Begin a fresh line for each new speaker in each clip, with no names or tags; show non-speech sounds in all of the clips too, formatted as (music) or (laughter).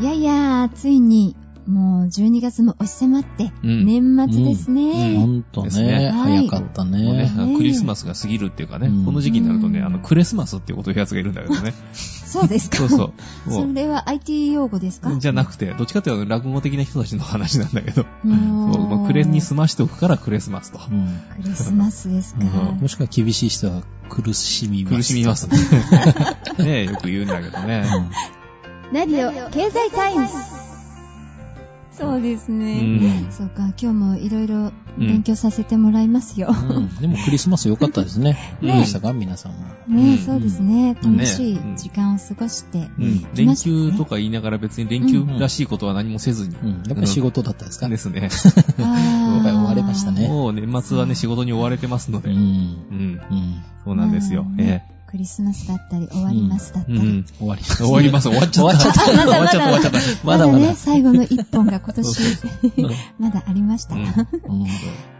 いやいや、ついに、もう12月も押し迫って、
うん
年末ですね。
ほんと
ですね
ね、
はい
早かった
もうね
ね。
ねえ
クリスマスが過ぎるっていうかね、
うん
この時期になるとね、
うん
あの、クレスマスっていうことを言うやつがいるんだけどね。
そうですか。
(laughs) そうそう。も
そうれは IT 用語ですか
じゃなくて、どっちかというと落語的な人たちの話なんだけど、
も
そうもうクレに済ましておくからクレスマスと。
うん
クリスマスですか。
うん
もしくは厳しい人は苦しみます。
苦しみますね。ねえよく言うんだけどね。
ラジオ経済タイムズ。そうです
う
ね。
ん。
そうか、今日もいろいろ勉強させてもらいますよ。
うん。うんでもクリスマス良かったですね。
うん
どうでしたか皆さんは。
ね
うん
そうですね。
うん
楽しい時間を過ごして。
うん。連休とか言いながら別に連休らしいことは何もせずに。
うん。やっぱり仕事だったですか
ですね。
今
今回終われましたね
もう年末はね、仕事に追われてますの
う
で。うん。
ん。うん。
そうなんですよ
まあ。
え
ねクリスマスだったり、終わりますだった
え。う
り。
ん。
終わりました
終わります。終わっちゃっ
終わっ
た。
ちゃった
終わっちゃった。終わっちゃった。
ま
ま
だ
だま
ね、
だ。
最後の一本が今
(laughs)
年
そうそ、
(laughs) まだありました。
うん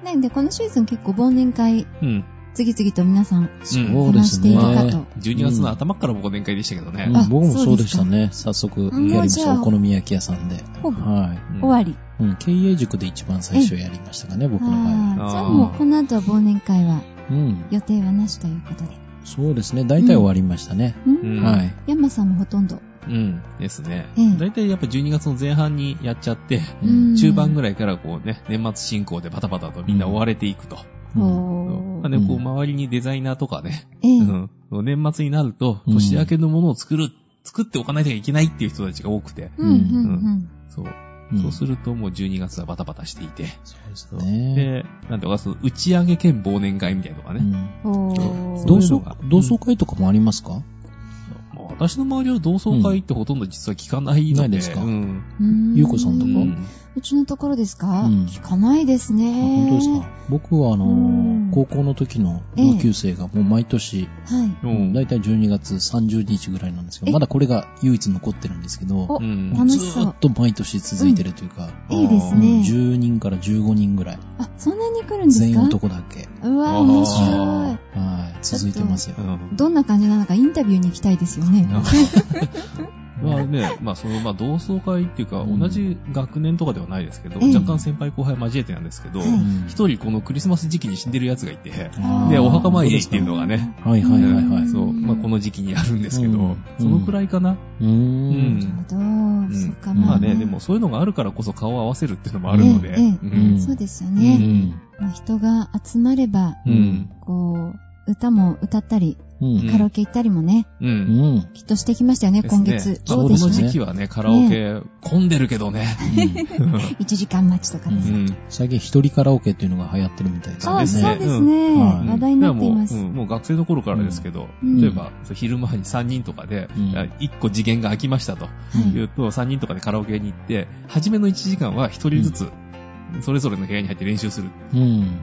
なんで、このシーズン結構忘年会、
うん。
次々と皆さん
そうで
話し
す
てい
ね。
るかと。
12月の頭から僕は年会でしたけど
う
ね
ん。
あ
僕もそうでしたね。早速やりまし
もうじゃ
た。
あ
お好み焼き屋さんで。
ほぼ
は
うん
終わり。
い。うん。経営塾で一番最初やりましたかね、僕の場合
あ
は。
あ、
あー
じゃあもうこの後は忘年会は
うん。
予定はなしということで。
そうですね。大体終わりましたね。
うん。
うん
はい。
山さんもほとんど。
うん。ですね
ええ。
大体やっぱ12月の前半にやっちゃって、
うん
中盤ぐらいからこうね、年末進行でバタバタとみんな追われていくと。
うん
ほ
ま
う。
あね、こう
うん
周りにデザイナーとかね、
ええ。
うん年末になると、
うん
年明けのものを作る、作っておかないといけないっていう人たちが多くて、
うん、うん、
そう。
うん
そうするともう12月はバタバタしていて、
そうです
そう
ね。
で、なんていうか、その打ち上げ兼忘年会みたいなのが
う
ね、
ん
うん。ほう。
同
そういうの
窓
が
同窓会とかもありますか
まあ私の周りは同窓会ってほとんど実は聞かないので、
ないですか
うん。
うん
ゆうこさんと
う
か
ん
うちのところですか
うん
聞かないですね。
あ本当ですか僕はあのー
うん
高校の時の同級生がもう毎年、
かはい。
うん
だいたい12月30日ぐらいなんですけ
え
ど、まだこれが唯一残ってるんですけど、
お
うん
楽し
ず
そ
ー
う
っ。と毎年続いてるというか、
いいですね。
10人から15人ぐらい、
あ、そんなに来るんです
全員
か
男だけ、
うわ、面白い。
はい、続いてますよ
う。ん
どんな感じなのかインタビューに行きたいですよ
(laughs)
ね。
まあね、まあその、まあ同窓会っていうか、
うん
同じ学年とかではないですけど、
ええ
若干先輩後輩交えてなんですけど
は、い
うん
一人このクリスマス時期に死んでる奴がいて、
あー
で、お墓参りに行っていうのがね、
はいはいはいはい。
そう、まあこの時期にあるんですけど、
うん
そのくらいかな。
うーん。
なるほど。
うん
そっか、
ま
ま
あ
あ。
ね、でも、そういうのがあるからこそ顔を合わせるっていうのもあるので、
ええええ
うん
そうですよ
う
ね。
ん。
まあ、人が集まれば、
うん。
こう、歌も歌ったり、
うん。
カラオケ行ったりもね、
うん。
うん。
きっとしてきましたよね、
です
今
ね
月。
まあ
どう
こ
で
の
しょう
そうですね
時期はね、カラオケ混んでるけどね。
1時間待ちとか
う
で
う
す。
ん。
最近一人カラオケっていうのが流行ってるみたいですね。
あ、
ですね
そうですね。
うん
話題になっていま
だから
す。
もう、うんもう学生の頃からですけど、
うん
例えば、そう昼間に3人とかで、
うん
1個次元が空きましたと
うん
言うと、3人とかでカラオケに行って、初めの1時間は1人ずつ、それぞれの部屋に入って練習する。
うん。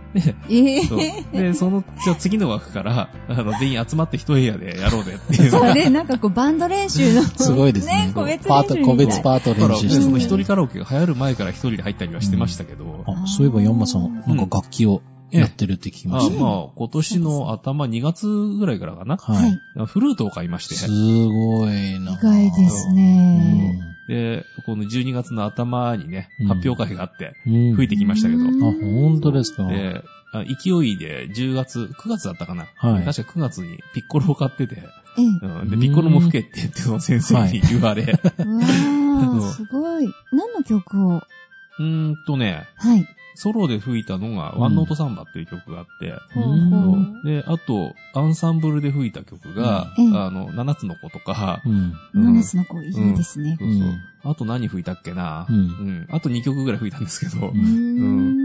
ええ
そうで、その、じゃあ次の枠から、あの、全員集まって一部屋でやろうぜって
(laughs)
いう。
そうね、なんかこう、バンド練習の。
すごいですね。
個別
パ
練習
ート、
みたい。
個別パート
だから、
練習
ね
して
その
る
一人カラオケが流行る前から一人で入ったりはしてましたけど、
あそういえば、ヤンマさん、なんか楽器をやってるって聞きま
あ
し
まあ、今年の頭2月ぐらいからかな、
た。
はい。。
フルートを買いまして、
すごいな。
意外です
う
ね。
ん。
で、この12月の頭にね
う、ん
発表会があって、
うん。
吹いてきましたけど、
うん
あ、本当ですか。はい。
で、あ勢いで10月、9月だったかな、確か9月にピッコロを買ってて、
ええ。
うん、で、ピッコロも吹けってっていうのを先生に言われ、
う
(laughs)
わ
の
ー、すごい。何の曲を
うーんとね、
はい。
ソロで吹いたのがワンノートサンバっていう曲があって、
うん
うん
で、あと、アンサンブルで吹いた曲が、
うん
あの、7つの子とか、
うん。
うん
七つの子、いいですね。
そうそうあと何吹いたっけな、
う
うん
ん。
あと2曲ぐらい吹いたんですけど
う、ーん
うん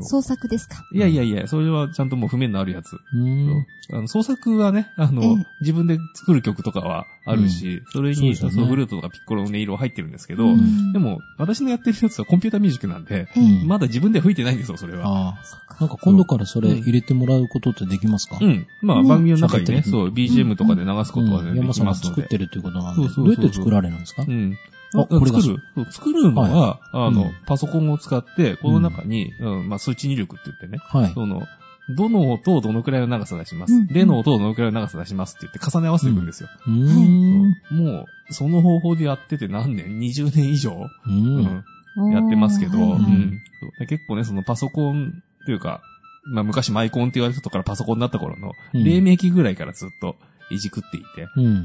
創作ですか。
いやいやいや、それはちゃんともう譜面のあるやつ。
うん。
あの創作はね、あ
ええ
の、自分で作る曲とかはあるし、それに
そ
そう
ですよね
のフルートとかピッコロの音色は入ってるんですけど、
うん
で、も、私のやってるやつはコンピュータミュージックなんで、
え
う
え
ん
まだ自分では吹いてないんですよ、それは。
ああ。なんか今度からそれ
うん
入れてもらうことってできますか
う
うん。
ん。まあ、
ね
番組の中に
喋
ね、
ってる
そう、BGM とかで流すことはね、
ヤン
で
マ
き
さん
ま
が
すの
作っ
で。
てるということなんで、
そ
ど
うそうそう
う
そう
やって作られるんですか
うん。
あ
あ
これが
作るそう作るのは、あの、
うん
パソコンを使って、この中に、うん、まあ、数値入力って言ってね、
はい。
その、どの音をどのくらいの長さ出します。
うん
での音をどのくらいの長さ出しますって言って重ね合わせていくんですよ。
うーん。
もう、その方法でやってて何年 ?20 年以上、
う。
うんん、やってますけど、
おーはいはい
うんそう結構ね、そのパソコンというか、まあ昔マイコンって言われたとこからパソコンになった頃の、
うん
黎明期ぐらいからずっといじくっていて、
うん。
うん。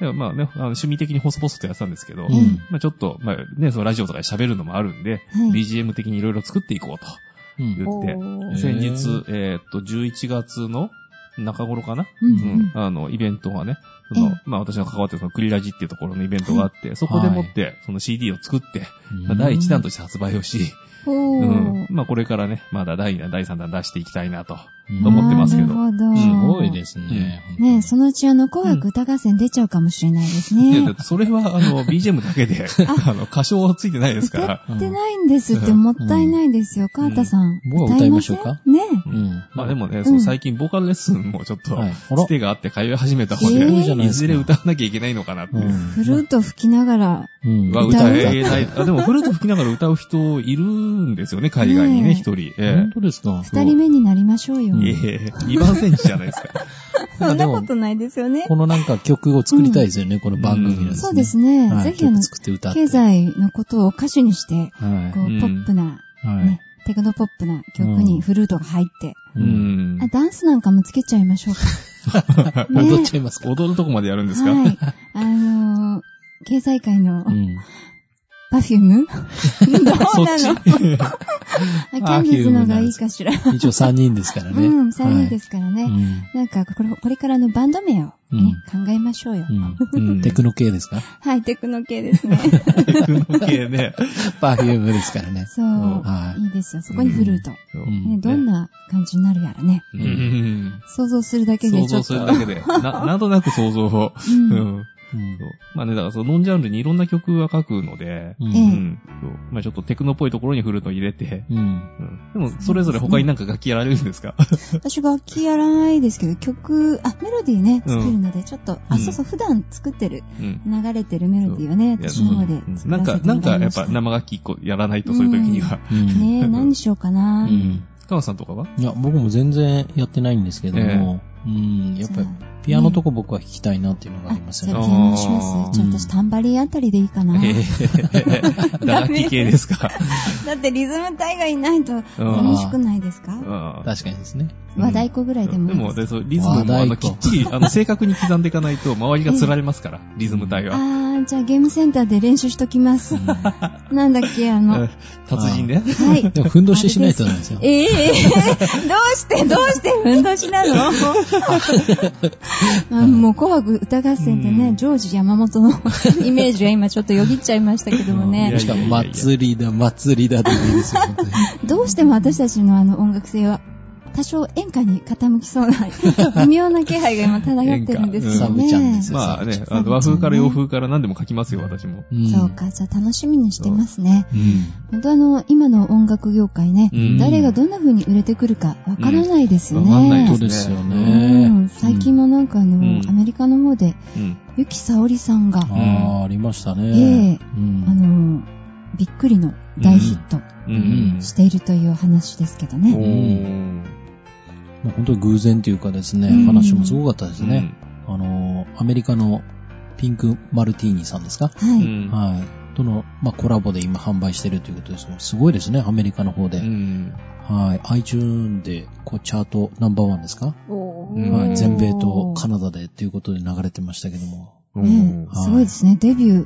でもまあね、あの趣味的に細々とやってたんですけど、
うん
まあちょっと、まあね、そのラジオとかで喋るのもあるんで、
はい。
BGM 的にいろいろ作っていこうと
うん。
言って、
お
ー
先日、えーっと、11月の中頃かな、
う
うん
ん。
あの、イベントがね、そ
ええ、
のまあ私が関わってるそのクリラジっていうところのイベントがあって、そこでもって、その CD を作って、まあ第1弾として発売をし、
お
うん
ー。
まあこれからね、まだ第2弾、第3弾出していきたいなと。
うん
と思ってますけど
あーなるほど。
すごいですね。
ねえ、そのうちあの、紅白歌合戦出ちゃうかもしれないです
いや、だ
ね
っ。てそれは、あの、BGM だけで、あの、歌唱はついてないですから。
歌ってないんですってもったいないですよ、カータさん。
僕は歌いましょうか
歌いませんね
うん。
まあでもね、
ん
その最近ボーカルレッスンもちょっと
はい、あら
つてがあって通い始めた方で、
ええいいじ
ゃない
い
です
ず
か
れ歌わなきゃいけないのかなって
う
いう。
え。フルート吹きながら。
ん。
は
う
歌
歌う
えない。あ、でもフルート吹きながら歌う人いるんですよね、海外に
ねえ
ね、一人。え
本当ですか
二人目になりましょうよ
え。
う。ん
いえいえ、2番戦士じゃないですか。
そんなことないですよね。
このなんか曲を作りたいですよね、この番組のやつね
そうですね。
は
ぜ
い
ひあの
曲、作って歌って。
経済のことを歌手にして、こ
は
う、ポップな、
い。はい
ね。、テクノポップな曲にフルートが入って、
う。ん
あ、。ダンスなんかもつけちゃいましょうか。
(laughs)
ね
踊っちゃいますか
踊るとこまでやるんですか
はい。あのー、経済界の
うん。
パフュームどうなの
そっち (laughs)
あキャンドルズの方がいいかしら。 (laughs)
一応三人ですから
う
ね。
ん、3人ですすからね。なんか、これ、これからのバンド名をね、考えましょうよ。
うん
テクノ系 (laughs) ですか
はい、テクノ系ですね。
テクノ系ね。
パフュームですからね。
そう
うん
は。い
いいですよ。そこにフルート。
そう
うん
ね、どんな感じになるやらね。
うんうん
想像するだけで
想
ちょ
像
っ
す
と。
るだけで、
(laughs)
な、なんとなく想像を。
うん
(laughs) うん。
うん
そうまあね、だからそのノンジャンルにいろんな曲は書くので、
え
う
う
ん
ん。
ん。そうまあちょっとテクノっぽいところにフルートを入れて、
うん。
うん。でも、それぞれ他になんか楽器やられるんですか
私楽器やらないですけど、曲、あ、メロディーね、
うん
作るので、ちょっと、
う
あ、
ん
そうそう、普段作ってる、
うん。
流れてるメロディーはね、
そ
私
う
の方で
うん
作
な
ら
ん
せ
か、
ても
なんから
い
や
ま
っ
した
ぱ生楽器一個やらないとそういう時には。
うん
ねえ、何しようかな
う。ん。
カノさんとかはい (laughs)
や、僕も全然やってないんですけども、うん、やっぱりピアノとか僕は弾きたいなっていうのがあ
あ
り、ます
じゃ
よ
あ
ね。
ピアノします。ちょっと私タンバリンあたりでいいかな。
えー打楽器系で
(laughs)
すか。
だってリズム隊がいないと
うん
楽しくないですか
うん
確かにですね。
うん
和太鼓ぐらいでもい
で
いで
も、
す。
でそうリズムもあの
和太
きっ
鼓
ちり、
(laughs)
あの、正確に刻んでいかないと、周りが釣られますから、リズム体
あ
は。
ー、じゃあゲームセンターで練習しときます。なんだっけ、あ
う
の
ん、達人ね。
はい。
でも、ふんどししないとなんですよ。
ええ (laughs) どうして、どうして、ふんどしな
(laughs)
のあもう、紅白歌合戦って
う
ね、
ん
ジョージ山本の (laughs) イメージが今ちょっとよぎっちゃいましたけども
いや
ね
い、
しかも、祭りだ、祭りだっていいですよ。本当に
どうしても私たちのあの音楽性は、多少演歌に傾き
(laughs)
そうな、微妙な気配が今漂ってるんですよ
演歌う
ね。
んサブちゃんですよ
まあね、あの和風から洋風から何でも書きますよ、私も。
うん
そう。か、じゃあ楽しみにしてますね。
うん。
本当あの、今の音楽業界ね、
うん
誰がどんな風に売れてくるかわからないですよね。
わかんない
本当ですよ
う
ね
ん。最近もなんかあの、
ん
アメリカの方で、
うん。
ゆきさおりさんが、
あ
あ
あ、ありましたね。
え
うん
の、びっくりの大ヒット
うん。
しているという話ですけど
お
ね。
ー
まあ本当に偶然というかですね、
うん
話もすごかったですね。。あの、アメリカのピンクマルティーニさんですか、
う
はい。
ん。
はい。との、まあ、コラボで今販売してるということですがすごいですね、アメリカの方で。
うん。
はい。iTune で、こう、チャートナンバーワンですか、
うん
は
おー
い。全米とカナダでということで流れてましたけども。
ね
う
はい
すごいですね。デビュー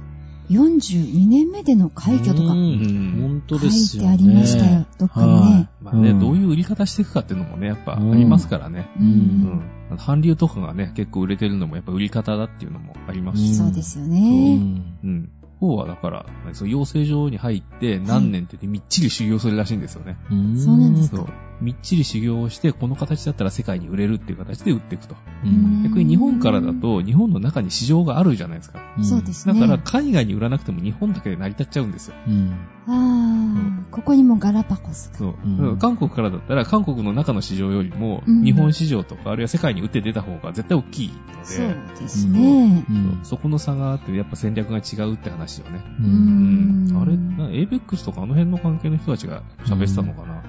42年目での快挙と
う
か
ん本当です
書い
よ
て
ね。
ありましたよ、どっかにね。
まあね、
うん
どういう売り方していくかっていうのもね、やっぱありますからね。
う
うんん。韓流とかがね、結構売れてるのもやっぱ売り方だっていうのもあります
うん
し。
そうですよ
う
ね。
ん。
うん。こうはだから、そう養成所に入って何年って言ってみっちり修行するらしいんですよね。
うん
そうなんです
そう。みっちり修行をして、この形だったら世界に売れるっていう形で売っていくと。
うん
逆に日本からだと、日本の中に市場があるじゃないですか。
ん
そうで。す
だ
ね。
から、海外に売らなくても日本だけで成り立っちゃうんですよ。
うん。
ああ、ここにもガラパコスが。
そう。
うん
だから韓国からだったら、韓国の中の市場よりも
う、ん
日本市場とか、あるいは世界に売って出た方が絶対大きいので、
そうですね。
うん。
そこの差があって、やっぱ戦略が違うって話よね。
う
うん
ん。
あれ、な APEX とかあの辺の関係の人たちが喋ってたのかな。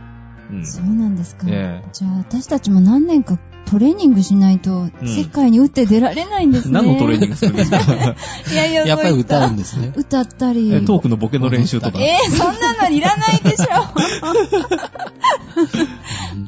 うん。
そうなんですか。
え
じゃあ、私たちも何年かトレーニングしないと、
うん
世界に打って出られないんですね。
何のトレー
グ
ニングするんですか
いやいや、
やっぱり歌うん
で
ですね。
歌ったり。
えトークのボケの練習とか。
えー、そんなのいらない
(laughs)
でしょ。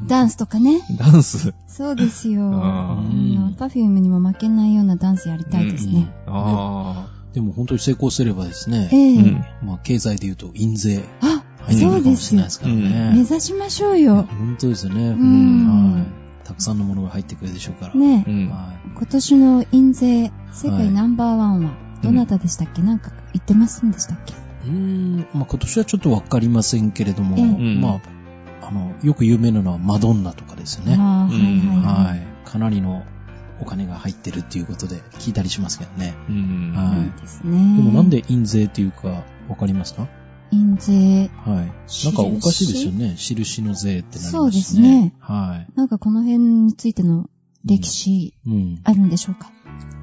ダンスとかね。
ダンス。
そうですよ。
あ
あ
ー
の、パフュームにも負けないようなダンスやりたいですね。
あ
でも本当に成功すればですね、
ええ
あ。うん。
まあ経済で言うと印税
あ、
入ってくるかもしれないですから
目
ね。
指しましょうよ。
本当ですよね。
ん
はい。たくさんのものが入ってくるでしょうから。
ね
う
え、
ん。
は
今年の印税、世
はい
界ナンバーワンは、どなたでしたっけ、なんか言ってますんでしたっけ
い。うーん、まあ今年はちょっとわかりませんけれども、
ええ
うん
まあ、あの、よく有名なのはマドンナとかですよね。
ああ、はい
うん
は
はい。かなりのお金が入ってるっていうことで聞いたりしますけどね。
うん。
い。
はい
いですね。
でもなんで印税っていうか、わかりますか
印税、
はい。な
印
んかおかしいですよね。印の税ってなりますね。
そうですね。
は
なんかこの辺についての歴史、
い。うん。今
あるんでしょうか、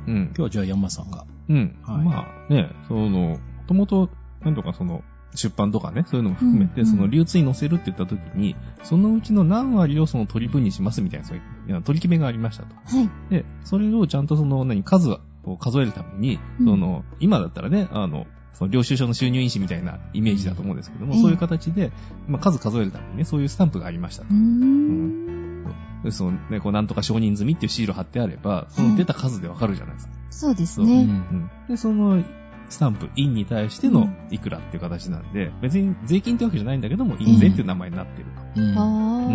うん。
日はじゃあ山さんが。
うん。
はい
まあね、その、もともと、なんとかその、出版とかね、そういうのも含めて、
うんうん
その流通に載せるって言った時に、そのうちの何割をその取り分にしますみたいな、そういう取り決めがありましたと。
はい。
で、それをちゃんとその、何、数を数えるために、
うん
その、今だったらね、あの、その領収書の収入印紙みたいなイメージだと思うんですけども、
ええ
そういう形で、まあ、数数えるためにね、そういうスタンプがありましたと
うーん。
でそのね、こう、なんとか承認済みっていうシール貼ってあれば、その出た数でわかるじゃないですか。
そうです
う
ね。
ん。
で、その、スタンプ、印に対してのいくらっていう形なんで、別に税金ってわけじゃないんだけども、印税っていう名前になってる
うん
ああ、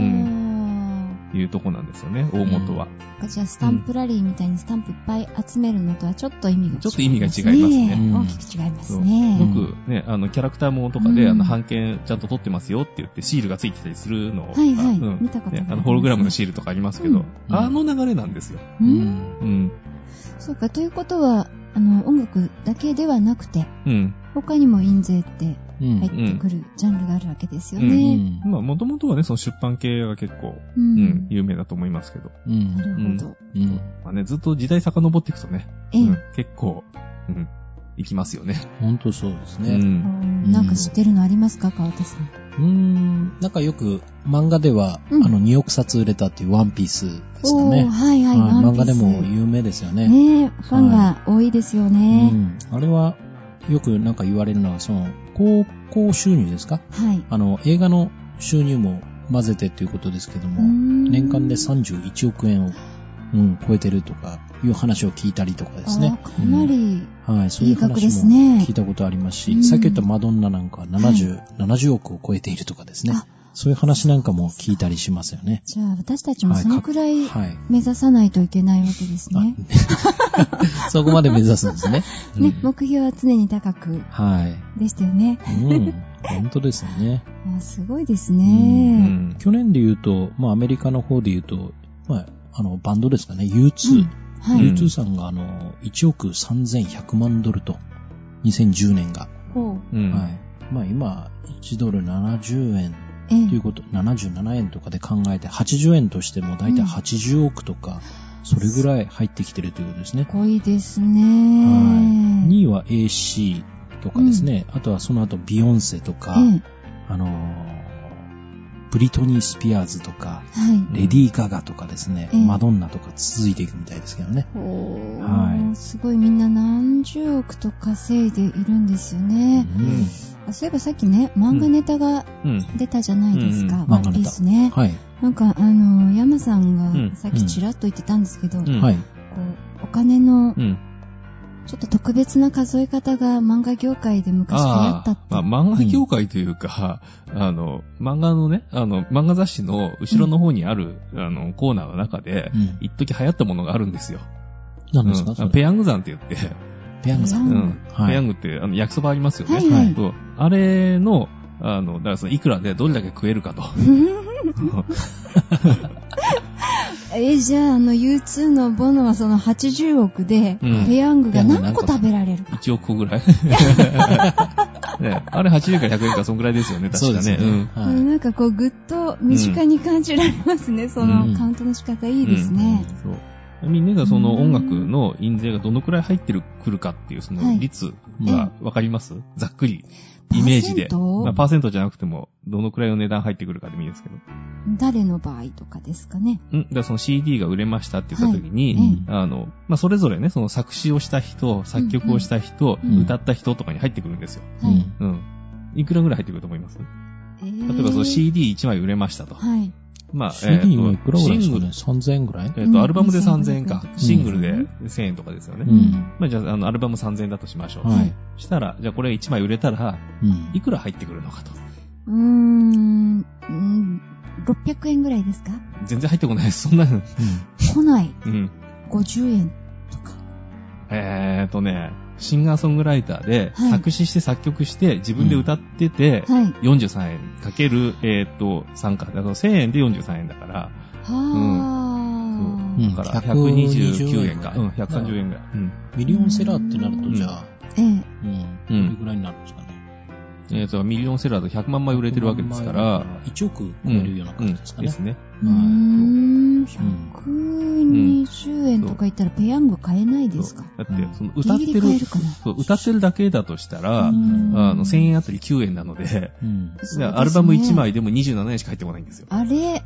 というとこなんですよね、大元は。
じゃあスタンプラリーみたいにスタンプいっぱい集めるのとはちょっと意味が違いますね。
ちょっと意味が違いますね
うん
大きく違います
よ
ね。
くね、あの、キャラクターものとかで、
うん
あの、版権ちゃんと取ってますよって言って、シールがついてたりするのが、
はいはい、
うん
見たことあり
ね
ます、
あの、ホログラムのシールとかありますけど、
うん
あの流れなんですよ。
う。
うんん。
うん。
そうか、ということは、あの、音楽だけではなくて、
うん。
他にも印税って
うん
入ってくるジャンルがあるわけですよ
う
ね。
ん
まあ、もともとはね、その出版系が結構、
う。
うんん、有名だと思いますけど、
うん
なるほど。
うん。
まあね、ずっと時代遡っていくとね、
ええ
うん結構、うん、いきますよね。
本当そうです
う
ね。
ん。
うんなんか知ってるのありますか、川田さん。
うん。なんかよく漫画では、あ
うん
の、2億冊売れたっていうワンピースですか
おー
ね。
はいはい、
はい
ワン
漫
ピー
画
ス
でも有名ですよね。
ねえ、ファンが多いですよ
う
ね。
ん。あれは、よくなんか言われるのは、その、高校収入ですか
はい。
あの、映画の収入も混ぜてということですけども、年
年
間で31億円を、うん、超えてるとか、いう話を聞いたりとかですね。
かなり、
はい、そういう
いい額です
話も
ね
聞いたことありますし、
うん
さっき言ったマドンナなんかは70、70億を超えているとかですね
あ。
そういう話なんかも聞いたりしますよね。
じゃあ私たちもそのくらい
はい。
目指さないといけないわけですね。
(laughs) そこまで目指すんですね。う
ね、
ん
目標は常に高く
はい。
でしたよね。
うん。本当ですよね。
あすごいです
う
ね。
ん。
去年で言うと、まあアメリカの方で言うと、まあ、あの、バンドですかね、U2。
うんは
うん
い。
U2 さんがあの、1億3100万ドルと、2010年が。
ほう。
うん。
はい。まあ今、1ドル70円
え
という
え。
こと、77円とかで考えて、80円としても大
う
体
ん
80億とか、それぐらい入ってきてるということですね。
濃いです
はい。
ね。
2位は AC とかですね。あとはその後ビヨンセとか、
ええ。
あのーブリトニー・スピアーズとか、
はい。
レディー・ガガとかですね、
ええ
マドンナとか続いていくみたいですけどね。
ほう、
はい
すごいみんな何十億と稼いでいるんですよ
う
ね。
ん
あそういえばさっきね、漫画ネタが
うん。
出たじゃないです
うん
か、
うん
ワンピースね。
はい。
なんかあの、ヤマさん
う
が
ん
さっきちらっと言ってたんですけど、
うん。
はい。
こうお金の
うん。
ちょっと特別な数え方が漫画業界で昔流行ったって。
あーまあ、漫画業界というか、あの、漫画のね、あの、漫画雑誌の後ろの方にある、あの、コーナーの中で、
うん。
一時流行ったものがあるんですよ。
何ですか、
うん
それ
ペヤング山って言って、
ペヤングさん。
う
うんん。
はい
ペヤングって、あの、焼きそばありますよね。
はいはい
そうあれの、あの、だからその、いくらでどれだけ食えるかと。
え、じゃああの U2 のボノはその80億で、
うん
ペヤングが何個食べられるか。
1億個ぐらい。ね、あれ80か100円か、そんぐらいですよね、
そう
確
で
かね。
すね。
ん
は
うん
い。
なんかこうぐっと身近に感じられますね、そのカウントの仕方いいですね。
そう。みんながその音楽の印税がどのくらい入ってる、くるかっていう、そ
は
の
い
率がわかります、ざっくり。イメージで。
パーセント
まあパーセントじゃなくても、どのくらいの値段入ってくるかでもいいですけど。
誰の場合とかですかね。
んだからその CD が売れましたって言った時に、
はいえ
あの、まあ、それぞれね、その作詞をした人、作曲をした人、
うんうん
歌った人とかに入ってくるんですよ。
は
う
い。
ん
うん。いくらぐらい入ってくると思います
えー
例えばその CD1 枚売れましたと。
はい。
まあ、
CD もいくらぐらいで
シ
す
ング
か
ル
ね ?3000 円ぐらい
えっと、アルバムで3000円
う
か
ん。
シングルで1000円とかですよね。
うん。
まあ、じゃあ、あの、アルバム3000円だとしましょう。
はい。
したら、じゃあこれ1枚売れたら、
うん
いくら入ってくるのかと。
うーん、うん600円ぐらいですか
全然入ってこないです。そんな、
来ない。
うん。
50円とか。
えーとね、シンガーソングライターで、
はい
作詞して作曲して、自分で歌ってて、
はい。
43円かける、えーっと、3か。だから1000円で43円だから、
はあ、
うん
だから129
129
円
円
か
か。
うん、130円ぐらい。うん。
ミリオンセラーってなると、じゃあ、
ええ。
う
うん。ど
ん
れぐらいになるんですかね。
えーっと、ミリオンセラーだと100万枚売れてるわけですから、
1億超えるような
うん、
感じですか
で
ね。
すね。
うーん、120円とか言ったらペヤング買えないですか
そうだっ
うん
て、その歌って
ギリギリ買え
る
るかな、
そう歌ってるだけだとしたら、あ
うん
の、1000円あたり9円なので、
うん。
そうですね
アルバム1枚でも27円しか入ってこないんですよ。
あれ、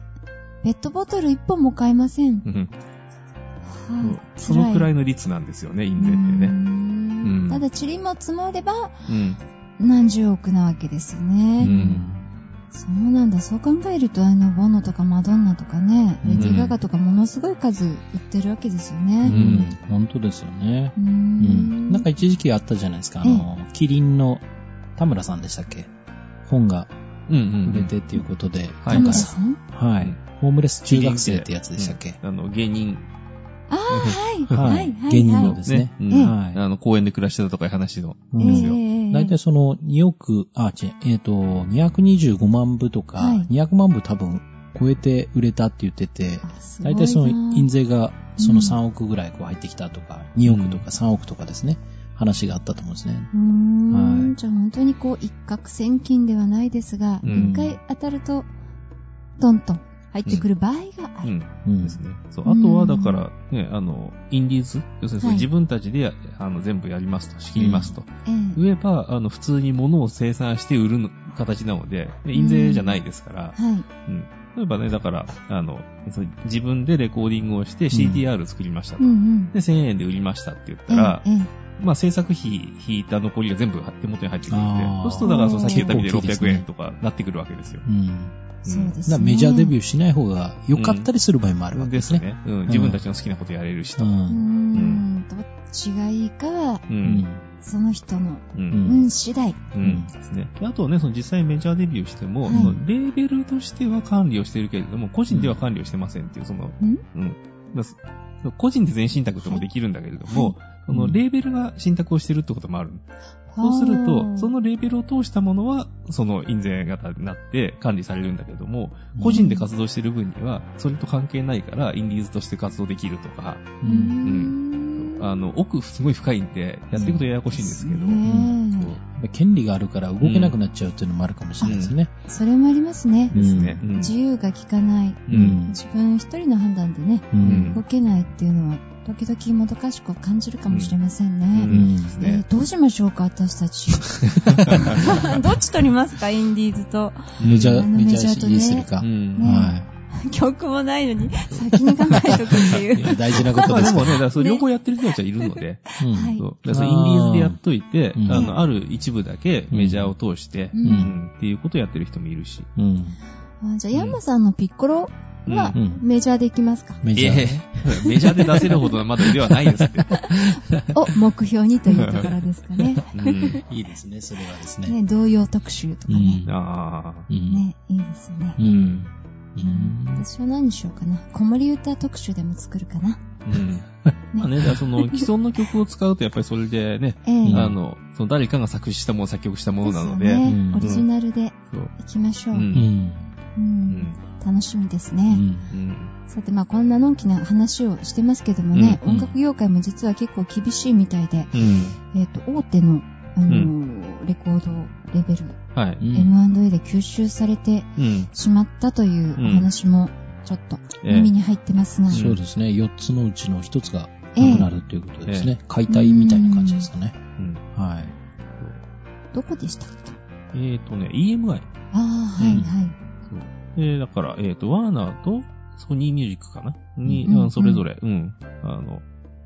ペットボトル1本も買えません。
うん
はあ、
そのくらい
の
の率なんですよね、印税ってね。うん
ただ、塵も積もれば
うん。
何十億なわけですよね。
うん
そうなんだ。そう考えると、あの、ボノとかマドンナとかね、
うん
レディー・ガガとかものすごい数売ってるわけですよ
う
ね。
ん。本当ですよね。
うー
うんん。なんか一時期あったじゃないですか。あの、キリンの田村さんでしたっけ本が
うんうん。
売れてっていうことで、
は
田
い
なん
村
か、
さん
は
うん
い。ホームレス中学生ってやつでしたっけ
うんあの、芸人
ああ、はい。はい、はい。
芸人のです
ね
え
う
ね。。
え
ん
はい。
あの、公園で暮らしてたとかいう話の。
う
え
ん
え
ですよ
ええ
大体その2億、あ、違う、えっ、と、225万部とか、
はい
200万部多分超えて売れたって言ってて、
あすごい
大
な
体その印税がそ
うん
の3億ぐらいこう入ってきたとか、2億とか3億とかですね、話があったと思うんですね。
うーん、
はい
じゃあ本当にこう一攫千金ではないですが、
うん
一回当たると、トントン入ってくる場合があ
う
る。
ん。
うん
ですね。そうう。あ
ん
とは、だから、ね、あの、インディーズ要するにそ
はい
の自分たちで、あの、全部やりますと、仕切りますと。
ええ
言えば、あの、普通に物を生産して売るの形なので、で印税じゃないですから、
はい。
うん。例えばね、だから、あの、そう自分でレコーディングをして CDR 作りましたと。
うんうん。
で、1000円で売りましたって言ったら、
えええ
まあ、制作費引いた残りが全部手元に入ってくるんで
あー、
そうすると、だから、そのさっき言ったみたいに
結構大きいです
600
ね
円とかなってくるわけですよ。
うん。
えそうです
だから
ね。
メジャーデビュ
ー。
ーしない方が良かったりする場合もあるわけ
で
ですすね。
ね。うん。自分たちの好きなことやれるし
う
と。うん。
うー
ん。
ん、どっちがいいかは、
う。
うん
その人の、
う。
うんん、次第。
うん。ですね。であとはね、その実際メジャーデビューしても、
はい
そのレーベルとしては管理をしてるけれども、個人では管理をしてませんっていう、その、
うん
うん。まあその個人で全信託ともできるんだけれども、その
うん
レーベルが信託をしてるってこともある。そうする
は
と、
あ
そ、のレーベルを通したものは、その印税型になって管理されるんだけども、
うん
個人で活動してる分には、それと関係ないから、インディーズとして活動できるとか、
うー
うん
ん。
あの、奥すごい深いんで、やっていくとややこしいんですけど、
ね
そう
権利があるから動けなくなっちゃうっていうのもあるかもしれないですね。
えそれもありますね。
ですね。うん
自由が利かない。
うん
自分一人の判断でね、
うん。
動けないっていうのは、時々もどかしく感じるかもしれませんね。
うん
うん
です
え
ね。
ーどうしましょうか、私たち。どっち取りますか、インディーズと。
メジャ
あ
ー、
の
メジ
メ
ャー
ジャーと
CD
ね
するか。
うん
ね
はい。
曲もないのに、先に考えとくってい。
いうや大事なこと
まあ
で
ですも
か
ね、だからそう両方やってる人たちはいるので、
ら。うん
はい
そうだからそのインディーズでやっといて、
あー
あ
うん
の、ある一部だけメジャーを通して、
うん
うんっていうことをやってる人もいるし。
うん。
あじゃあ、ヤンマさんのピッコロは
うんうん
メジャーでいきますか。
メジャー
え
ね。
えメジャーで出せるほどのまだ腕はないですって。
(laughs) を目標にというところですか
(laughs)
ね。
うん
いいですね、それはですね。
ね同様特集とかね。
ああ。
うん。
ね、いいですよね
う。ん。うん
私は何にしようかな。子守歌特集でも作るかな。
うん。まあね、だからその既存の曲を使うとやっぱりそれでね、
ええ
うん
あの、その誰かが作詞したもの、作曲したものなの
です
で、
よね
うん
オリジナルで
そう。
いきましょう。
う
うんん
うん。
楽しみです
う
ね。
ん。
うん。
さて、まあこんなのんきな話をしてますけどもね、
うんうん
音楽業界も実は結構厳しいみたいで、
うん。
えっ、と、大手の、あのーレコードレベル、
はい。
うん
M&A で吸収されて
うん。
しまったというお話も、ちょっと
ええ
耳に入ってますが、
そうですね。4つのうちの1つが
ええ
なくなるということですね。解体みたいな感じですかね。
うん
は
どこでしたっけ
えっ、とね、EMI。
ああ、はい、はい。
えだから、えっ、と、ワーナーとソニーミュージックかなに、
うん
あのそれぞれ、うん、あの、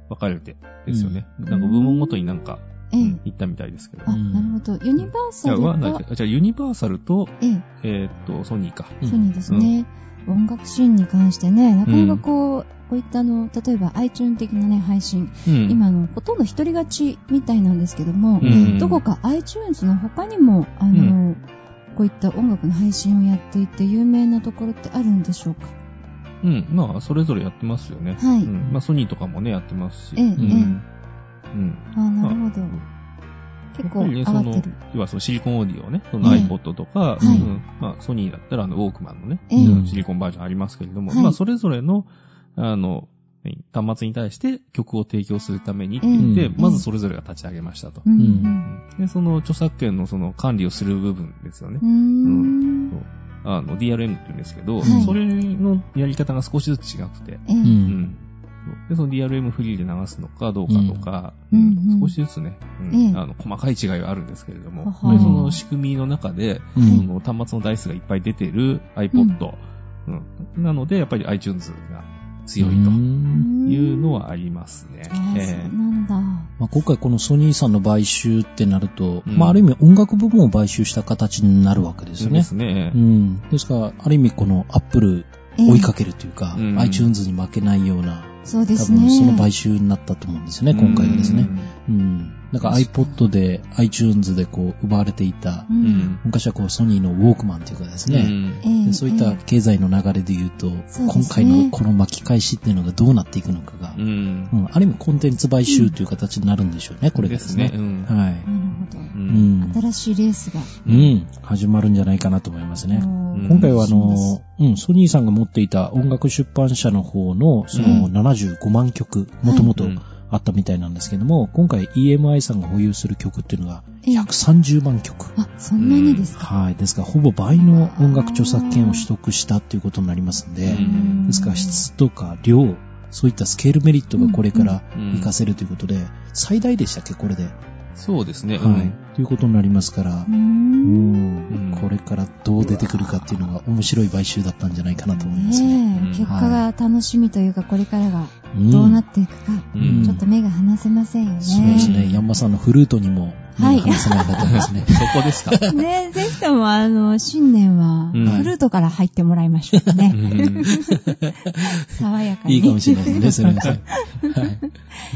分かれてですよね。
ん
なんか部門ごとになんか、
え
う
え
ん、行ったみたいですけど。
あ、
うん
なるほど。ユニバー
い
サ
や、
ル
ワーナ
が、
ー、じゃあユニバーサルと、
ええ、
えっ、と、ソニーか。
うん
ソニーですね。音楽シーンに関してね、なかなかこう、こういったあの、例えば iTunes 的なね、配信、
うん
今あの、ほとんど一人勝ちみたいなんですけども、
うん
どこか iTunes の他にも、あの、こういった音楽の配信をやっていて有名なところってあるんでしょうか
うん、まあ、それぞれやってますよね。
はい
うん、まあ、ソニーとかもね、やってますし。
ええ
うん。うん。
あーなるほど。結構
やっぱり
上
ね
がってる。
要はそのシリコンオーディオね、その
ええ
iPod とか、
はい
うんまあ、ソニーだったらあのウォークマンのね、
ええ
うんシリコンバージョンありますけれども、
はい
まあそれぞれの、あの、端末に対して曲を提供するためにって言って、
ええ
まずそれぞれが立ち上げましたと
う。ん
で、その著作権のその管理をする部分ですよね
うん。う。ん。
あの、DRM って言うんですけ
は
ど、
い
それのやり方が少しずつ違くて、
ええ
うん
うんで、その DRM フリーで流すのかどうかとか、
うん
うん
うんうん
少しずつね、うん
ええ
あの、細かい違いはあるんですけれども、
は
や
は
っぱりその仕組みの中で、
うん
その端末の台数がいっぱい出てる iPod、うんなので、やっぱり iTunes が強いと
うん
いうのはありますね。
あーそう
え
なんだ。
まあ、今回このソニーさんの買収ってなると、
うん
まあ、ある意味音楽部分を買収した形になるわけで
え
すよ
で
ね。
すね
う。ん。ですから、ある意味このアップル
ええ
追いかけるというか、
うん
iTunes に負けないような、
そうで
多
すね。
分その買収になったと思うんですよね、今回はですね。うん。なんか iPod で iTunes でこう奪われていた
う、。
うんん。
昔はこうソニーのウォークマンというかです
う
ね、
ん
ええ
でそういった
え
経済の流れで言うと、
そうですね
今回のこの巻き返しっていうのがどうなっていくのかが、
うん
うん、ある意味コンテンツ買収という形になるんでしょうね、これがですね。
うん
はい。
えなるほど。
う
うんん。
新しいレースが。
うん。始まるんじゃないかなと思いますね。
もう
うん
今回はあ
楽しみで
の
す、
うん、ソニーさんが持っていた音楽出版社の方の、その
うん
75万曲、もともとあったみたいなんですけども、今回 EMI さんが保有する曲っていうのが
ええ
130万曲。
あ、そんなにですか。
はい。ですから、ほぼ倍の音楽著作権を取得したっていうことになりますんで
う、ん
ですから、質とか量、そういったスケールメリットがこれから
うん
活かせるということで、最大でしたっけ、これで。は
そうですね。
い。ということになりますか
う、。
らうんん
うん
これからどう出てくるかっていうのが面白い買収だったんじゃないかなと思いますね。
ね
う
え、
ん
結果が楽しみというか、これからが
うん
どうなっていくか、
うん
ちょっと目が離せませんよ
そうです
ね。
ね。ヤンマさんのフルートにも
はい
目が離せない方ですね。
そこ
(laughs)
ですか。
ねえ、ぜひとも、あの、新年は、
うん
フルートから入ってもらいましょう
う
ね。
ん
爽やかに。
いいかもしれないですね、すみません。はい。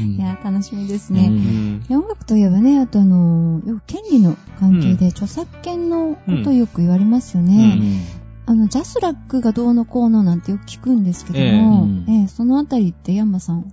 うん
いや、楽しみです
う
ね。
ん
で音楽といえばね、あとあの、よく権利の関係で、著作権のことをよく言われますよね。
うん
あの、ジャスラックがどうのこうのなんてよく聞くんですけども、
え
え
え
うん
えそのあたりってヤンマさん。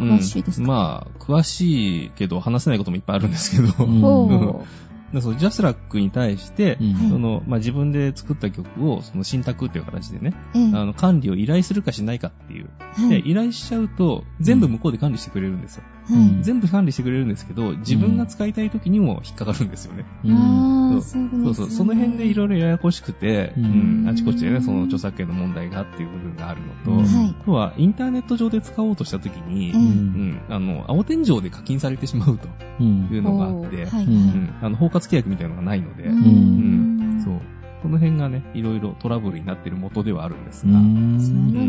うん
詳しいですか
まあ、詳しいけど話せないこともいっぱいあるんですけど、
うん
おー
うんでそのジャスラックに対して、
うん
そのまあ、自分で作った曲をその信託っていう形でね、
ええ
あの管理を依頼するかしないかっていう。
は
で、
い。
依頼しちゃうと、全部向こうで管理してくれるんですよ。
はい。
全部管理してくれるんですけど、自分が使いたい時にも引っかかるんですよね。
うん
あ
う
あ、
ん
そうです、ね。
そうそう、その辺でいろいろややこしくて、う
う
んん、あちこちでね、その著作権の問題がっていう部分があるのと、
うん
はい。
あとはインターネット上で使おうとした時に、
え
う
え
うんん、あの、青天井で課金されてしまうと
うん
いうのがあって、
おーはい。
うん
うん、あの、包括契約みたいなのがないので、
ん
そう。この辺がね、いろいろトラブルになってる元ではあるんです
う
が、
そうなん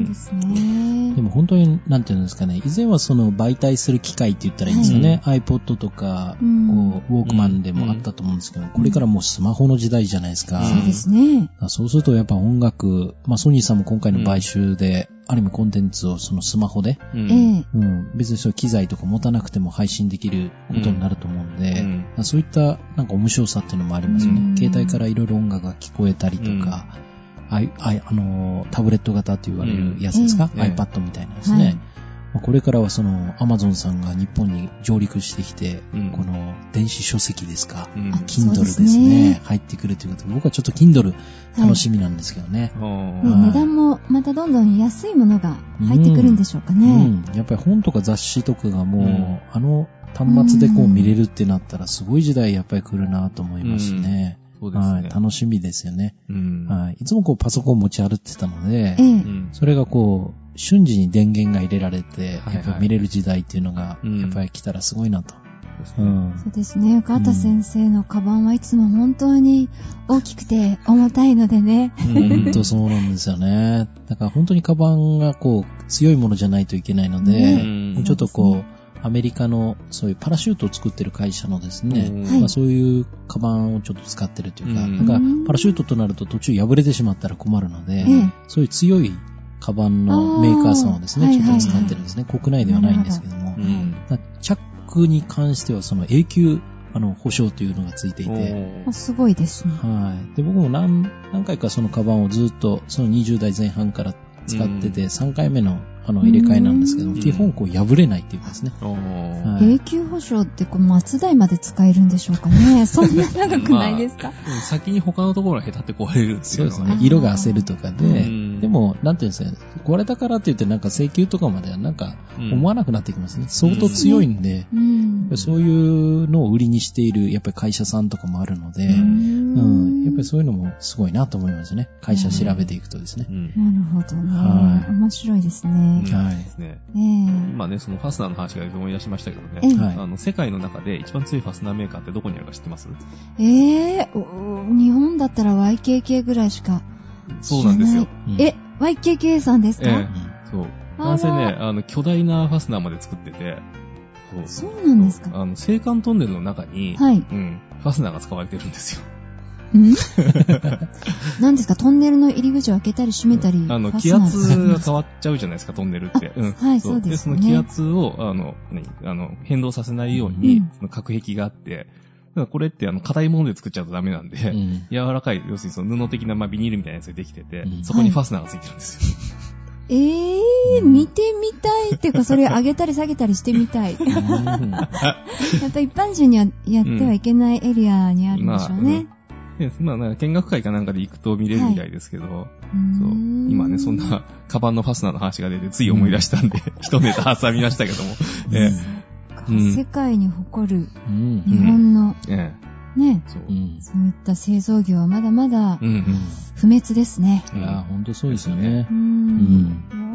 んですね。
でも本当に、なんていうんですかね、以前はその媒体する機械って言ったらいいんですよね。iPod とか、こ
う
う
ん、
ウォークマンでもあったと思うんですけど、これからもうスマホの時代じゃないですか。
うん
そうですね。
あそうするとやっぱ音楽、まあソニーさんも今回の買収で、ある意味コンテンツをそのスマホで、
うん
ええ
うん、別にそういう機材とか持たなくても配信できることになると思うんで、
うん
まあそういったなんか面白さっていうのもありますよね。
うん
携帯からいろいろ音楽が聞こえたりとか、あいあいあのータブレット型って言われるやつですか、
うん
?iPad みたいなんですね。
はい
まあこれからはその Amazon さんが日本に上陸してきて、
うん
この電子書籍ですか、
うん
あ
Kindle
そう
で
ですす
ね
ね
入ってくるということで、僕はちょっと Kindle 楽しみなんですけどね。
うん
ね
うん
値段もまたどんどん安いものが入ってくるんでしょうかね。
うん、やっぱり本とか雑誌とかがもう、
うん
あの端末でこう見れるってなったら、すごい時代やっぱり来るなと思いますね。
そうです
はい、
ね。
楽しみですよね。
うん
はい、いつもこうパソコン持ち歩いてたので、
ええ
うん
それがこう、瞬時に電源が入れられ
はい
て、
はい
やっぱり見れる時代っていうのが、
うん
やっぱり来たらすごいなと
です
う
ね。
ん。
そうですね。岡田先生のカバンはいつも本当に大きくて重たいのでね。
本当そうなんですよね。だから本当にカバンがこう強いものじゃないといけないの
う
で、
ん
ちょっと
そう
こう、アメリカのそういうパラシュートを作ってる会社のですね、
はい
まあ、そういうカバンをちょっと使ってるというか、
うん
なんかパラシュートとなると途中破れてしまったら困るので、
ええ。
そういう強いカバンのメーカーさんをです
あー
ね、ちょ
は
っ
い
と使ってるんですね。国内ではないんですけども
う。ん
だからチャックに関してはその永久、あの、保証というのがついていて、
あすごいですね。
はい。で、僕も何、何回かそのカバンをずっと、その20代前半から使ってて、
うん
3回目の、あの、入れ替えなんですけど
うん
も、基本こう破れないっていうかですね。
おー
はい
永久保証ってこう松代まで使えるんでしょうか
(laughs)
ね。そんな長くないですか、
うん先に他のところが下手って壊れるって
そ
いううの
です
が
ね。色が焦るとかで、
うん
でも、なんていうんですかね、壊れたからって言ってなんか請求とかまではなんか
うん
思わなくなってきますね。相当強いんで、
うん
そういうのを売りにしている、やっぱり会社さんとかもあるので、
う
うん。やっぱりそういうのもすごいなと思いますね。会社調べていくとですね
う。ん
なるほどね。
はい
面白いですね。
うん
はい
ですね。
ね
今ね、そのファスナーの話が思い出しましたけど
ええ
ね。
はい
あの、世界の中で一番強いファスナーメーカーってどこにあるか知ってます
えええお日本だったら YKK ぐらいしか
そうなんですよ。
うん
え、YKK さんですか、
え
うん
そう。
あら
男性ね、あの、巨大なファスナーまで作ってて、そう
そうなんですか
あの、青函トンネルの中に、
はい。
うん、ファスナーが使われてるんですよ。
(laughs)
ん何ですかトンネルの入り口を開けたり閉めたり。
あの、
ファ
気
スナー
圧が変わっちゃうじゃないですか、トンネルって。うん。
はいそうですね
その気圧を、あの、何あの、変動させないように、
うん
その隔壁があって、だからこれって、あの、硬いもので作っちゃうとダメなんで、
うん
柔らかい、要するにその布的な、まあ、ビニールみたいなやつでできてて、
うん
そこにファスナーがついてるんですよ。
ええ
うん
見てみたいっていうか、それ上げたり下げたりしてみ
(laughs)
たい。や
うん
っぱ一般人にはやってはいけないエリアにあるんでしょうね。
でまあ、なんか見学会かなんかで行くと見れるみたいですけど、そうう。
ん
今ね、そん。な、 (laughs) カバンのファスナーの話が出て、つい思い出し
(laughs)
たんで、一ネタ挟みましたけども。え
か
うん
世界に誇る
うん
日本の、
え、え
ね
え、、そう。
うん
そういった製造業はまだまだ
うん。うん
不滅ですね。
いやー、ほんとそうですよね
う。ん。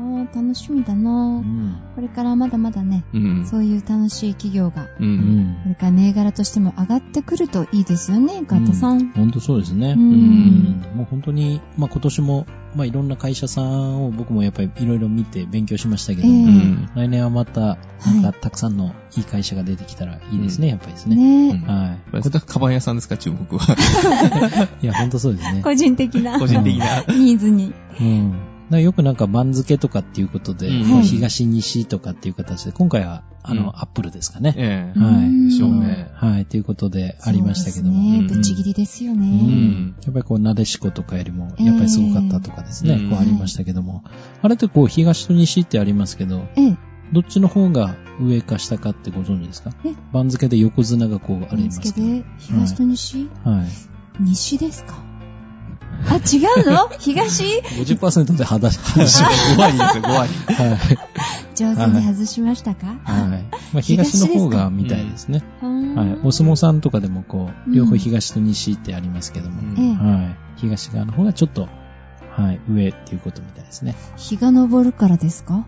もう楽しみだ
う
なぁ
ん。
これからまだまだね、
うん。
そういう楽しい企業が、
う。
うん
これから銘柄としても上がってくるといいですよね、ガットさん。
ほんとそうですね。
うん
うんもう本当に、まあ今年も、まあいろんな会社さんを僕もやっぱりいろいろ見て勉強しましたけど
ええ
う
も、
ん。
来年はまた、なん
は
かたくさんのいい会社が出てきたらいいですね、やっぱりですね。
ねえ
うん
は
これ、カバン屋さんですか、注目は。
(laughs) い。いや、ほんとそうですね。
個人的な
個人的な。
ニーズに。
うん。だからよくなんか番付とかっていうことで、
うん
まあ東西とかっていう形で、今回は、あ
うん
の、アップルですかね。
え
うん
はい。
でしょう
ね
はい。ということで、ありましたけども。
そう
うん
ですね、ぶっちぎりですよ
う
ね。
んやっぱりこう、なでしことかよりも、
ええ
やっぱりすごかったとかですね、
うん
こうありましたけども。あれってこう、東と西ってありますけど、
ええ、
どっちの方が上か下かってご存知ですか
え
番付で横綱がこうあり
見
ま
つ
す
け
けど。
で、東と西、
はい。
西ですかあ、違う
(laughs)
の東
50%で話し、
(laughs)
話が。
5割ですよ、5割。
(laughs) はい。
上手に外しましたか
はい。まあ、東の方がみたいですね。はい。お相撲さんとかでもこ
うん
う、両方東と西ってありますけど
う
も、
ええ
ん
はい。東側の方がちょっと、はい、上っていうことみたいですね。
日が昇るからですか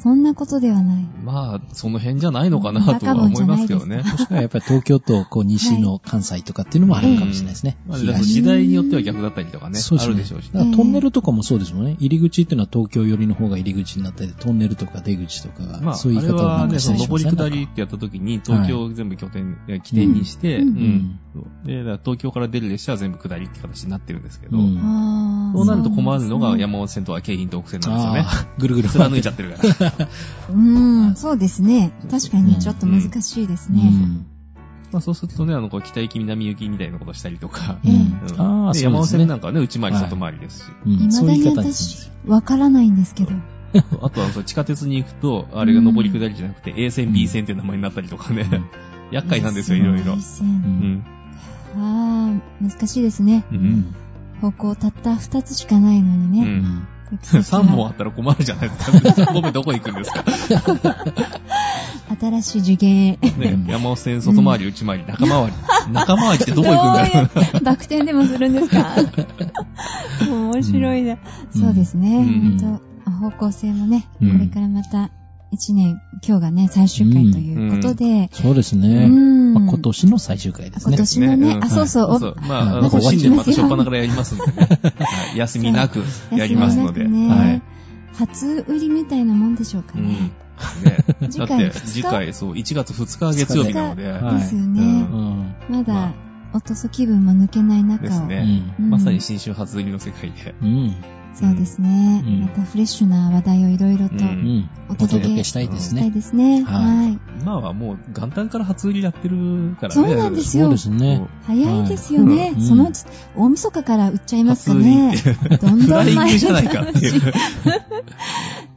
そんなことではない。
まあ、その辺じゃないのかなとは思いますけどね。
(laughs) もしくはやっぱり東京とこう西の関西とかっていうのもあるかもしれないですね。
まあ、だから
東
時代によっては逆だったりとかね、
そうで
あ
すね
るでしょうし
だ
ね。
からトンネルとかもそうですもんね。入り口っていうのは東京寄りの方が入り口になってて、トンネルとか出口とかが、
まあ、あ
そういう
れ
言い方をな
は
ん
ね、
かし
そ
た
の
りし
上
ます
り
ね。
下りってやった時に、東京を全部拠点、え起点にして、
うん
うんそうで、だから東京から出る列車は全部下りって形になってるんですけど、
うん
あー
そうなると困るの
そ
が
うなんですね
山本線とは京浜東北線なんですよね。
ああ、ぐるぐる。
貫いちゃってるから。
うん、そうですね。確かにちょっと難しいです
う
ね。
ん。
まあそうするとね、あの、こう北行き、南行きみたいなことをしたりとか。
ええ
うん
ああ、
で
そう
山
で
尾
す
線
ね
な。んかはね、内回り、
はい
外回りですし。
うん
未
そう
だ
いう
に
言い方です
私、わからないんですけど。
あとはそう地下鉄に行くと、あれが上り下りじゃなくて、A 線、B 線っていう名前になったりとかね。
ね。
(laughs) 厄介なんですよ、いろいろ
一。線
う
うん
ん。
ああ、難しいですね。
う。
うんん
方向たった2つしかないのに
う
ね。
ん。3
3
本あったら困るじゃないですか。僕どこ行くんですか。
新しい受験へ。
ね、 (laughs) 山尾線、外回り、内回り、中回り。中回りってどこ行くんだろう。
どういうバク転でもするんです
(laughs)
かもう面白いな。
うん
そうですね。
うん
本当方向性もね、
う
こ
ん
れからまた1年、今日がね、最終回ということで、
そうです
う
ね。
ん。
まあ今年の最終回です
今
ね。
年のね
う、ん
あ、 (laughs) そうそ
そう
う
そ、う。まあ、
あ
あ
な
の、
んか終わっ
新
ち
年
ゃい
ま
ますた
よ
初っ端からやりますんでね。はい休みなくやりますので。
休みなくね初売りみたいなもんでしょうか
う
ね。
ん。ね、
(laughs) 次
だっ
回
て、
2日
次回、そう、1月2日月曜日なので、
はい
ですよ
うん
ね。
うん。
ま
まあ
だ、落とす気分も抜けない中
です
を。
う
ね
ん。
うん
まさに新春初売りの世界で。
うん。
そうですね。
うん
またフレッシュな話題をいろいろと
う
うんん。
お
お
届
届
け
け
し
したいです
たい
ね。
ですね。
は
はい。
今はもう元旦から初売りやってるからね。
そうなんです
そう
よ
で。すね。
早いですよね
う。ん
そのうち、大晦日から売っちゃいますかね。どん
フ
ど
(laughs) ラ
ん
イング
前
じゃない
に
かっていう。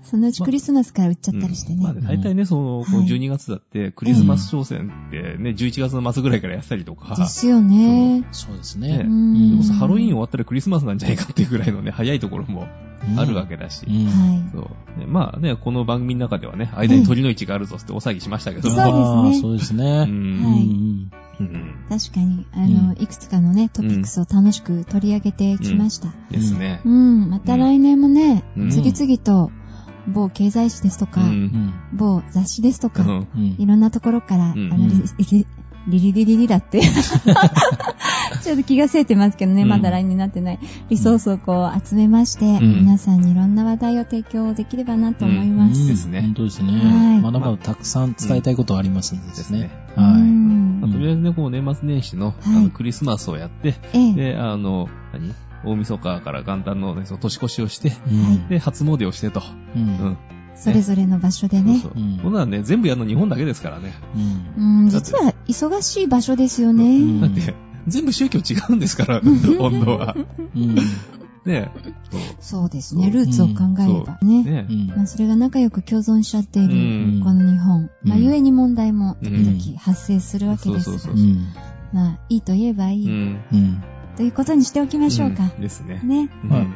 そのうちクリスマスから売っちゃったりして
まあ
ね。
ね、大体ね、その、こう
はい
12月だって、クリスマス商戦ってね、11月の末ぐらいからやったりとか、
ですよね。
そうです
う
ね。
ん
う
そうハロウィーン終わったらクリスマスなんじゃないかっていうぐらいのね、早いところもあるわけだし。
うん。
は
そうねまあね、この番組の中ではね、間に鳥の位置があるぞってお騒ぎしましたけど
そうですね
も。
あーそうです
う
ね。
い。
ん
は
う
い。
ん
うん
確かに、あの、
うん
いくつかのね、トピックスを楽しく取り上げてきました。
ですね
う。ん、また来年もね、
うん
次々と、某経済誌ですとか、
うん
うん。
某雑誌ですとか、
うん
うん
いろんなところから、
うん
あの、リリリリリリリだって。ちょっと気がせいてますけどね、
うん
まだ LINE になってない。リソースをこう集めまして、
ん
皆さんにいろんな話題を提供できればなと思います。
んですね
本当です
はい
ね。まだまだたくさん伝えたいことはありますんでですね。
う
は
ん
まあとりあえずね、こう年末年始の、あ
はい
の、クリスマスをやって、
ええ。
で、あの、何大晦日から元旦のね、その年越しをして、
い。うん
で、初詣をしてと。
う。
うんん。
それぞれの場所でね。
そうそうう。
ん
こんなのね、全部やるの日本だけですからね。
うん
うん、実は忙しい場所ですよね。
だって、全部宗教違うんですから、温度は。
うん。
ね
そうですね、ルーツを考えればね。
ね
ま
う
あ、
ん。
それが仲良く共存しちゃっている、
ん
この日本。
うん
まあ、ゆえに問題も時
うん
々発生するわけ
そう
で
そう
す
そ
が
う。
うん。
まあ、いいと言えばいい、
ん。
うん。
ということにしておきましょうか
ん。ですね。
ね。
うん
はい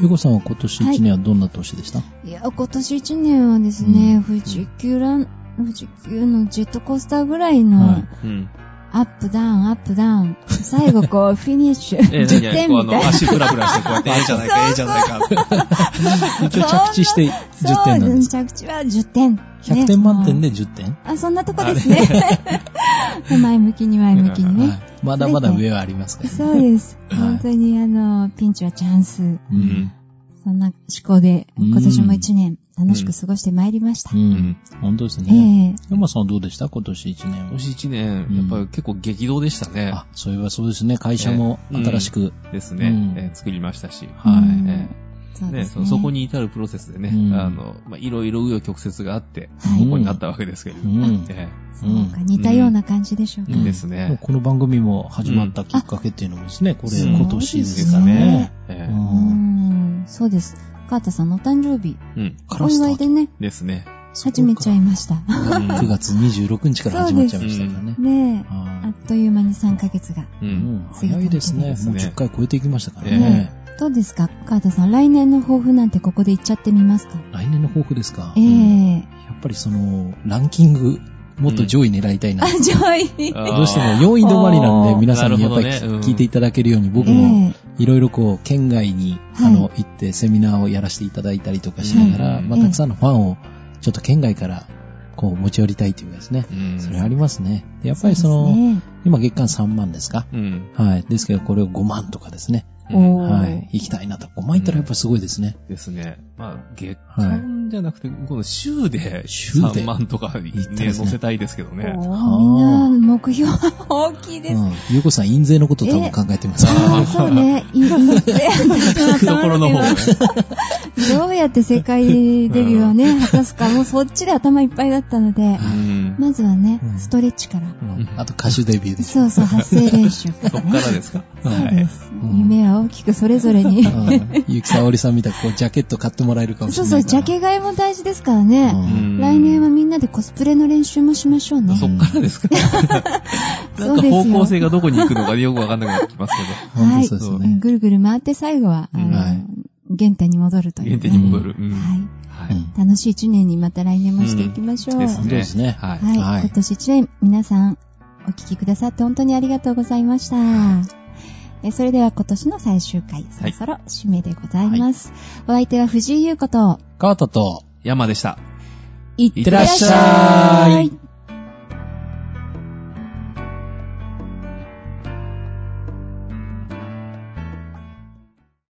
ゆこさんは今年1年はどんな年でした
いや、今年一年はですね、
うん
富士急ラン、富士急のジェットコースターぐらいの
は、
うん。
アップダウン、アップダウン、最後こう、フィニッシ
(laughs)
ュ、
え、
10
何や、
点
こう、あ
み
の、
たいな。
足ブラブラして、こうやって、ええじゃないか、ええじゃないかって。
一応着地して10点なんです。
そう、着地は10点。
100点満点
で。
で10点
あ、そんなとこですね。 (laughs) 前向きに前向きに
は
ね。
い。まだまだ上はありますからね。
そうです。
はい
本当にあの、ピンチはチャンス。
う。
うんん。
そんな思考で、
うん
今年も一年楽しく過ごしてまいりました。
う
え
ん。本当です
え
ね。山さんはどうでした今年1年
今
は。
年一年、やっぱり結構激動でしたね。
あ、そういえばそうですね。会社も新しく。
です
うん
ね。え作りましたし。
は
うん
い。
え
そう
ね、
です
そ
ね。
そこ。に至るプロセスでね、
うん
あの、まあ、いろいろ紆余曲折があって、
はい
ここになったわけですけれど
う
も、
ん。
え
そうか、似たような感じでしょうか。
え
うん
です
もう
ね。
この番組も始まったきっかけっていうのもですね、これ
うん
今年です
そ
か
う
ら
です
ね
ね。
え
う
え
う
ん。
ん、そうです。カータさんのお誕生日、
うん。
か
お
らスタ
祝い
ート
でね、
ですね。
始めちゃいました。
うん
9月26日から始まっちゃいましたからね。
ねえ、あ
は
っという間に3ヶ月が。
う。
いうんん早いですね。
そう
もう
ですね
10回超えていきましたから
ね
ね。
どうですかカータさん、来年の抱負なんてここで言っちゃってみますか
来年の抱負ですか。
ええ
やっぱりその、ランキング、もっと上位狙いたいな
あ、。上位。
あー
どうしても4位止まりなんで、
あー
皆さんにやっぱり
なるほどねうん
聞いていただけるように、僕
え
も
え
いろいろこう、県外に、あの、行ってセミナーをやらせていただいたりとかしなが
は
ら、
い
まあ、たくさんのファンを、ちょっと県外から、こう、持ち寄りたいというかですね。
うん
それありますね。でやっぱりそ
そうです
の、
ね
今月間3万ですか
うん。
はい。ですけど、これを5万とかですね。
うん
おー
はい。行きたいなと。5万行ったらやっぱすごいですね。
ですね。まあ、月間じゃなくて、この週で
週で
3万とかに
行ったん
ね、
ですね
乗せたいですけどね。
おーみんな目標は大きいで
う
す。
ん。ゆうこさん、印税のこと多分考えてます。
ああ、そうね。いいですね。私の頭
懐
の
の方ね
中。どうやって世界デビューをね、果たすか、もうそっちで頭いっぱいだったので
う、ん。
まずはね
う、ん
ストレッチから。
うんあと歌手デビューです。
そうそう、発声練習か
(laughs) そ
ら
っか
ね。
らですか。
そう
は
で
い。
す。
うん
夢は大きくそれぞれに。
うんゆきさおりさんみたいにこう、ジャケット買ってもらえるかも
(laughs)
し
そう
れ
そう、
ないか
ジ
ら。
ャケ買いも大事ですから
う
ね。
ん
来年はみんなでコスプレの練習もしましょうね。
そっからですか。 (laughs) なんか方向性がどこに行くのかよくわかんなくなってきますけ
は
本
い。
当そうです
う
ね
ん。ぐるぐる回って最後は、あの
はい
原点に戻ると
ど。
いう
原
ね。
点に戻る。うん。
はい。
は
うん
楽しい一年にまた来年もしていきましょう。
い。で
は
す
そう
ね。
ですね
はい。
い、
はい
今年一年皆さんお聞きくださって本当にありがとうございました。えそれでは今年の最終回、そろそろ締めでございます。お相手は藤井優子と、
川田と、
山でした。
いってらっしゃい。